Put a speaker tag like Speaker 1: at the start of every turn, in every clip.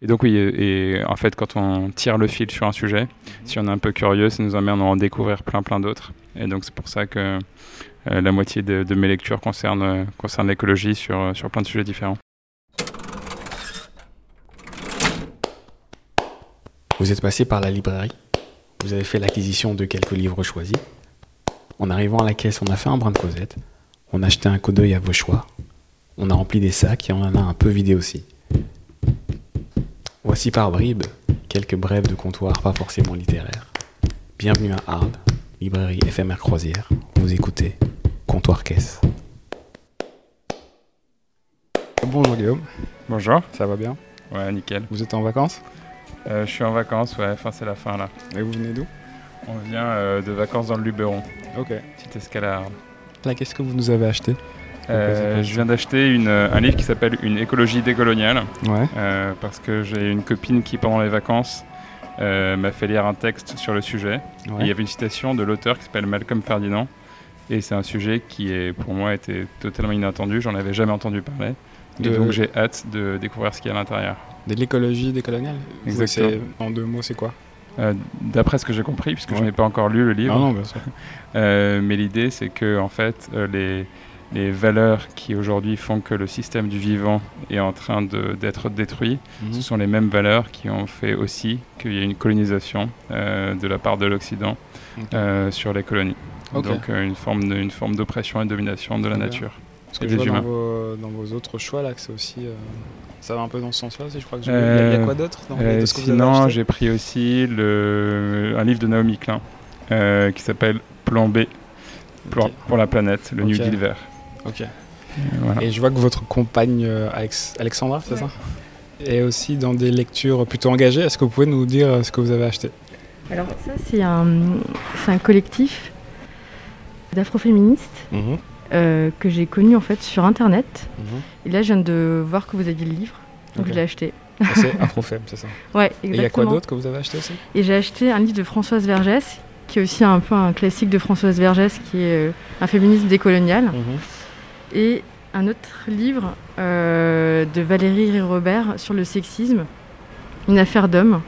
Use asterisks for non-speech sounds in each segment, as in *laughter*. Speaker 1: Et donc oui, et, et en fait, quand on tire le fil sur un sujet, si on est un peu curieux, ça nous emmène à en découvrir plein plein d'autres. Et donc c'est pour ça que euh, la moitié de, de mes lectures concernent, euh, concernent l'écologie sur, euh, sur plein de sujets différents.
Speaker 2: Vous êtes passé par la librairie, vous avez fait l'acquisition de quelques livres choisis. En arrivant à la caisse, on a fait un brin de Cosette, on a jeté un coup d'œil à vos choix, on a rempli des sacs et on en a un peu vidé aussi. Voici par bribes quelques brèves de comptoir pas forcément littéraires. Bienvenue à Arles, librairie éphémère croisière. Vous écoutez Comptoir Caisse.
Speaker 3: Bonjour Guillaume,
Speaker 1: Bonjour.
Speaker 3: ça va bien
Speaker 1: Ouais, nickel.
Speaker 3: Vous êtes en vacances
Speaker 1: Euh, je suis en vacances, ouais, enfin c'est la fin là.
Speaker 3: Et vous venez d'où
Speaker 1: On vient euh, de vacances dans le Luberon,
Speaker 3: Ok.
Speaker 1: petite escale à Arles.
Speaker 3: Là, qu'est-ce que vous nous avez acheté
Speaker 1: Euh, je viens d'acheter une, euh, un livre qui s'appelle Une écologie décoloniale.
Speaker 3: Ouais.
Speaker 1: Euh, parce que j'ai une copine qui, pendant les vacances, euh, m'a fait lire un texte sur le sujet. Et Il y
Speaker 3: ouais.
Speaker 1: avait une citation de l'auteur qui s'appelle Malcolm Ferdinand. Et c'est un sujet qui, est, pour moi, était totalement inattendu. J'en avais jamais entendu parler. Et
Speaker 3: De-
Speaker 1: donc, j'ai hâte de découvrir ce qu'il y a à l'intérieur.
Speaker 3: De l'écologie décoloniale Vous,
Speaker 1: Exactement.
Speaker 3: c'est- En deux mots, c'est quoi
Speaker 1: Euh, D'après ce que j'ai compris, puisque je
Speaker 3: Ouais.
Speaker 1: n'ai pas encore lu le livre,
Speaker 3: Non, non, bien *laughs* sûr.
Speaker 1: Euh, mais l'idée, c'est que en fait, euh, les, les valeurs qui aujourd'hui font que le système du vivant est en train de- d'être détruit,
Speaker 3: Mhm.
Speaker 1: ce sont les mêmes valeurs qui ont fait aussi qu'il y a une colonisation euh, de la part de l'Occident
Speaker 3: Ok.
Speaker 1: euh, sur les colonies.
Speaker 3: Ok.
Speaker 1: Donc euh, une forme de- une forme d'oppression et de domination de la
Speaker 3: Très bien.
Speaker 1: nature.
Speaker 3: Parce que
Speaker 1: et
Speaker 3: je
Speaker 1: des
Speaker 3: vois dans
Speaker 1: humains.
Speaker 3: vos, dans vos autres choix, là, que c'est aussi. euh, Ça va un peu dans ce sens-là aussi, je crois que j'ai
Speaker 1: Euh,
Speaker 3: vu. Il y a- Il y a quoi d'autre dans les-
Speaker 1: Euh,
Speaker 3: de ce que vous avez
Speaker 1: sinon,
Speaker 3: acheté
Speaker 1: j'ai pris aussi le, un livre de Naomi Klein euh, qui s'appelle Plan B pour,
Speaker 3: Ok.
Speaker 1: pour la planète, le
Speaker 3: Ok.
Speaker 1: New Deal vert.
Speaker 3: Ok.
Speaker 1: Voilà.
Speaker 3: Et je vois que votre compagne euh, Alex- Alexandra, c'est ça est aussi dans des lectures plutôt engagées. Est-ce que vous pouvez nous dire euh, ce que vous avez acheté
Speaker 4: Alors ça, c'est un, c'est un collectif d'afroféministes
Speaker 3: Mhm.
Speaker 4: euh, que j'ai connu en fait sur Internet. Et là, je viens de voir que vous aviez le livre, donc
Speaker 3: Ok.
Speaker 4: je l'ai acheté.
Speaker 3: Et C'est Afrofem, c'est ça.
Speaker 4: Ouais, exactement.
Speaker 3: Et il y a quoi d'autre que vous avez acheté aussi
Speaker 4: Et j'ai acheté un livre de Françoise Vergès, qui est aussi un peu un classique de Françoise Vergès, qui est euh, un féminisme décolonial.
Speaker 3: Mhm.
Speaker 4: Et un autre livre euh, de Valérie et Robert sur le sexisme, Une affaire d'homme,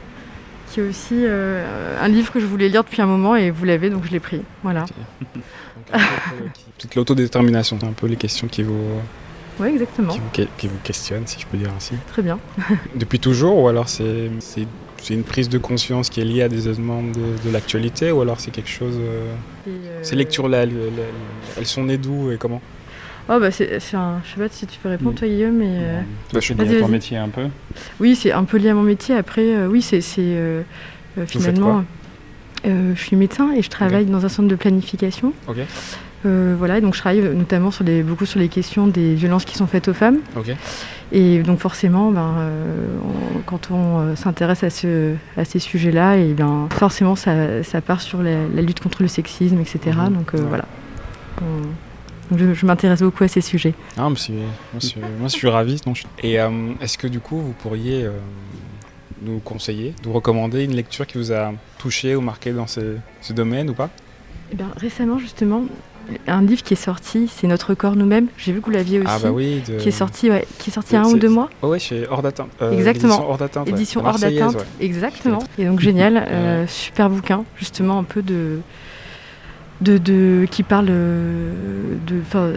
Speaker 4: qui est aussi euh, un livre que je voulais lire depuis un moment et vous l'avez, donc je l'ai pris. Voilà.
Speaker 3: Toute euh, l'autodétermination, c'est un peu les questions qui vous,
Speaker 4: Oui, exactement.
Speaker 3: qui, vous, que- qui vous questionnent, si je peux dire ainsi.
Speaker 4: Très bien.
Speaker 3: Depuis toujours, ou alors c'est c'est- c'est une prise de conscience qui est liée à des événements de, de l'actualité, ou alors c'est quelque chose. euh,
Speaker 4: Et, euh,
Speaker 3: Ces lectures-là, elles, elles- elles- elles sont nées d'où et comment
Speaker 4: Oh, bah, c'est c'est un... Je sais pas si tu peux répondre, toi, Guillaume, mais... euh,
Speaker 1: Toi, Bah, je suis
Speaker 4: Vas-y,
Speaker 1: lié à ton
Speaker 4: vas-y.
Speaker 1: métier un peu.
Speaker 4: Oui, c'est un peu lié à mon métier. Après, euh, oui, c'est c'est, euh, euh,
Speaker 3: faites
Speaker 4: finalement. euh, je suis médecin et je travaille dans un centre de planification.
Speaker 3: Ok.
Speaker 4: Euh, voilà, et donc je travaille notamment sur les, beaucoup sur les questions des violences qui sont faites aux femmes.
Speaker 3: Ok.
Speaker 4: Et donc forcément, ben, euh, on- quand on euh, s'intéresse à, ce, à ces sujets-là, et bien forcément ça, ça part sur la, la lutte contre le sexisme, etc.
Speaker 3: Mhm.
Speaker 4: Donc euh,
Speaker 3: Ouais.
Speaker 4: voilà. On- donc, je je m'intéresse beaucoup à ces sujets.
Speaker 3: Ah, mais c'est- moi, c'est- moi, je suis ravi. non, je- Et euh, est-ce que du coup, vous pourriez euh, nous conseiller, nous recommander une lecture qui vous a touché ou marqué dans ce, ce domaine ou pas
Speaker 4: Eh bien, récemment, justement, un livre qui est sorti, c'est Notre corps nous-mêmes. J'ai vu que vous l'aviez aussi.
Speaker 3: Ah bah oui, de...
Speaker 4: Qui est sorti, ouais, qui est sorti
Speaker 3: c'est-
Speaker 4: un ou
Speaker 3: c'est-
Speaker 4: deux mois.
Speaker 3: Oh ouais, chez Hors d'atteinte. Euh,
Speaker 4: Exactement.
Speaker 3: l'édition Hors d'atteinte. ouais.
Speaker 4: Édition
Speaker 3: La
Speaker 4: hors
Speaker 3: Marseillaise,
Speaker 4: d'atteinte.
Speaker 3: ouais.
Speaker 4: Exactement.
Speaker 3: *laughs*
Speaker 4: Et donc génial, euh, super bouquin, justement un peu de. De, de- qui parle euh, de, enfin,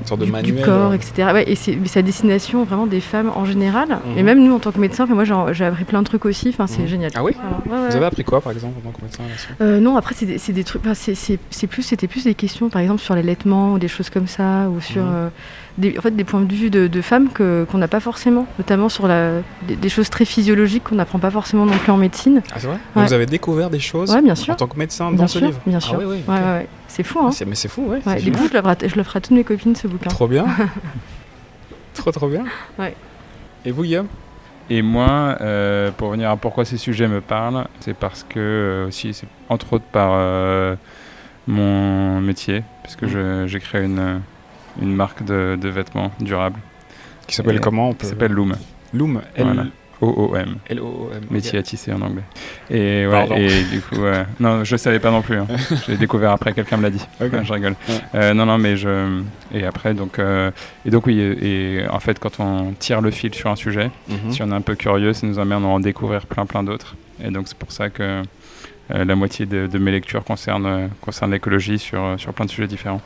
Speaker 3: Une sorte de
Speaker 4: du, du
Speaker 3: manuel.
Speaker 4: corps,
Speaker 3: euh,
Speaker 4: etc. Ouais, et c'est mais sa destination vraiment des femmes en général.
Speaker 3: Mhm.
Speaker 4: Et même nous, en tant que médecins, enfin, moi j'en- j'ai appris plein de trucs aussi, enfin, c'est
Speaker 3: Mhm.
Speaker 4: génial.
Speaker 3: Ah oui
Speaker 4: Voilà. Ouais, ouais,
Speaker 3: Vous
Speaker 4: ouais.
Speaker 3: avez appris quoi, par exemple, en tant que médecin là-dessus
Speaker 4: Euh, non, après, c'est des, c'est des trucs. enfin, c'est- c'est c'est plus, c'était plus des questions, par exemple, sur l'allaitement ou des choses comme ça, ou sur
Speaker 3: Mhm.
Speaker 4: euh, des, en fait, des points de vue de, de femmes que- qu'on n'a pas forcément, notamment sur la, des, des choses très physiologiques qu'on n'apprend pas forcément non plus en médecine.
Speaker 3: Ah, c'est vrai
Speaker 4: Ouais.
Speaker 3: Vous avez découvert des choses
Speaker 4: Ouais, bien
Speaker 3: en
Speaker 4: sûr.
Speaker 3: tant que médecin
Speaker 4: Bien
Speaker 3: dans ce
Speaker 4: sûr,
Speaker 3: livre
Speaker 4: bien
Speaker 3: Ah
Speaker 4: sûr.
Speaker 3: oui, oui.
Speaker 4: Ouais,
Speaker 3: ok.
Speaker 4: ouais, ouais. C'est fou, hein
Speaker 3: C'est- Mais c'est fou, ouais.
Speaker 4: Ouais,
Speaker 3: c'est
Speaker 4: Du
Speaker 3: génial.
Speaker 4: coup, je l'offre à, je l'offre à toutes mes copines, ce bouquin.
Speaker 3: Trop
Speaker 4: *laughs*
Speaker 3: bien. trop, trop bien.
Speaker 4: Ouais.
Speaker 3: Et vous, Guillaume
Speaker 1: Et moi, euh, pour venir à pourquoi ces sujets me parlent, c'est parce que, euh, aussi, c'est entre autres par euh, mon métier, puisque
Speaker 3: Mm.
Speaker 1: je- j'ai créé une, une marque de, de vêtements durables
Speaker 3: Qui s'appelle
Speaker 1: Et- euh,
Speaker 3: comment on
Speaker 1: qui
Speaker 3: peut...
Speaker 1: s'appelle Loom.
Speaker 3: Loom. L...
Speaker 1: Voilà. L-O-O-M.
Speaker 3: L-O-O-M.
Speaker 1: Métier à tisser en anglais. Et, ouais,
Speaker 3: Pardon.
Speaker 1: et du coup, euh, non, je savais pas non
Speaker 3: *laughs*
Speaker 1: plus. hein. J'ai découvert après, quelqu'un me l'a dit.
Speaker 3: Ok.
Speaker 1: Ouais, je rigole.
Speaker 3: Ouais.
Speaker 1: Euh, non, non, mais je. Et après, donc. euh, Et donc, oui, et et en fait, quand on tire le fil sur un sujet,
Speaker 3: Mmh.
Speaker 1: si on est un peu curieux, ça nous emmène à en découvrir plein, plein d'autres. Et donc, c'est pour ça que euh, la moitié de, de mes lectures concernent, euh, concernent l'écologie sur, euh, sur plein de sujets différents.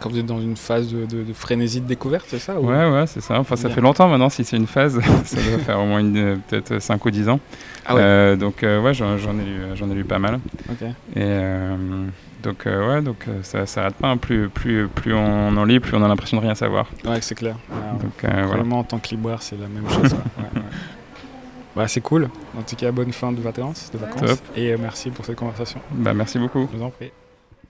Speaker 3: Quand vous êtes dans une phase de, de- de frénésie de découverte, c'est ça ou-
Speaker 1: Ouais, ouais, c'est ça. Enfin, ça
Speaker 3: Ah Bien.
Speaker 1: fait longtemps maintenant, si c'est une phase. *laughs* ça doit faire au moins une, euh, peut-être 5 ou 10 ans.
Speaker 3: Ah ouais.
Speaker 1: Euh, donc, euh, ouais, j'en j'en ai, lu- j'en ai lu pas mal.
Speaker 3: Ok.
Speaker 1: Et euh, donc, euh, ouais, donc euh, ça s'arrête pas. hein. Plus, plus, plus on en lit, plus on a l'impression de rien savoir.
Speaker 3: Ouais, c'est clair. Ah,
Speaker 1: Donc, euh, voilà.
Speaker 3: Vraiment, en tant que libraire, c'est la même chose. ouais, ouais, ouais. Bah, c'est cool. En tout cas, bonne fin de vacances, de vacances.
Speaker 1: Top.
Speaker 3: Et euh, merci pour cette conversation.
Speaker 1: Bah, merci beaucoup.
Speaker 3: Je vous en prie.